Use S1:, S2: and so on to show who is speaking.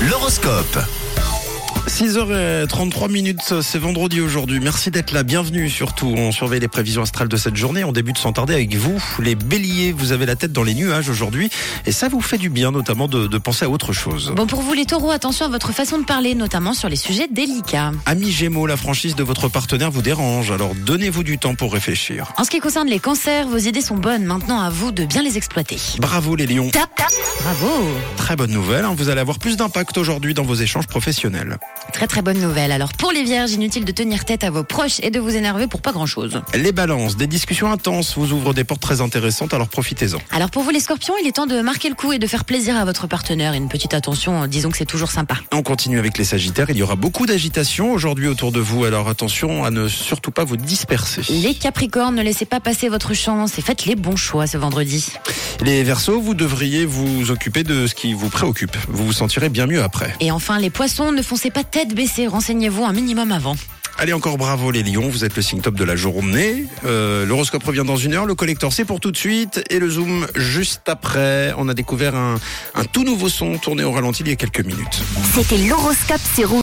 S1: l'horoscope.
S2: 6h33 minutes, c'est vendredi aujourd'hui. Merci d'être là. Bienvenue surtout. On surveille les prévisions astrales de cette journée. On débute sans tarder avec vous, les béliers. Vous avez la tête dans les nuages aujourd'hui et ça vous fait du bien, notamment de, de penser à autre chose.
S3: Bon, pour vous les taureaux, attention à votre façon de parler, notamment sur les sujets délicats.
S2: Amis Gémeaux, la franchise de votre partenaire vous dérange, alors donnez-vous du temps pour réfléchir.
S3: En ce qui concerne les cancers, vos idées sont bonnes. Maintenant, à vous de bien les exploiter.
S2: Bravo les lions.
S3: Tap, tap. Bravo
S2: Très bonne nouvelle, hein. vous allez avoir plus d'impact aujourd'hui dans vos échanges professionnels.
S3: Très très bonne nouvelle. Alors pour les vierges, inutile de tenir tête à vos proches et de vous énerver pour pas grand-chose.
S2: Les balances, des discussions intenses vous ouvrent des portes très intéressantes, alors profitez-en.
S3: Alors pour vous les scorpions, il est temps de marquer le coup et de faire plaisir à votre partenaire. Une petite attention, euh, disons que c'est toujours sympa.
S2: On continue avec les Sagittaires. Il y aura beaucoup d'agitation aujourd'hui autour de vous, alors attention à ne surtout pas vous disperser.
S3: Les capricornes, ne laissez pas passer votre chance et faites les bons choix ce vendredi.
S2: Les Verseaux, vous devriez vous occuper de ce qui vous préoccupe. Vous vous sentirez bien mieux après.
S3: Et enfin, les poissons, ne foncez pas tête baissée, renseignez-vous un minimum avant.
S2: Allez, encore bravo les Lions, vous êtes le signe top de la journée. Euh, L'horoscope revient dans une heure, le collector c'est pour tout de suite et le zoom juste après. On a découvert un, un tout nouveau son tourné au ralenti il y a quelques minutes.
S4: C'était l'horoscope sur Rouge.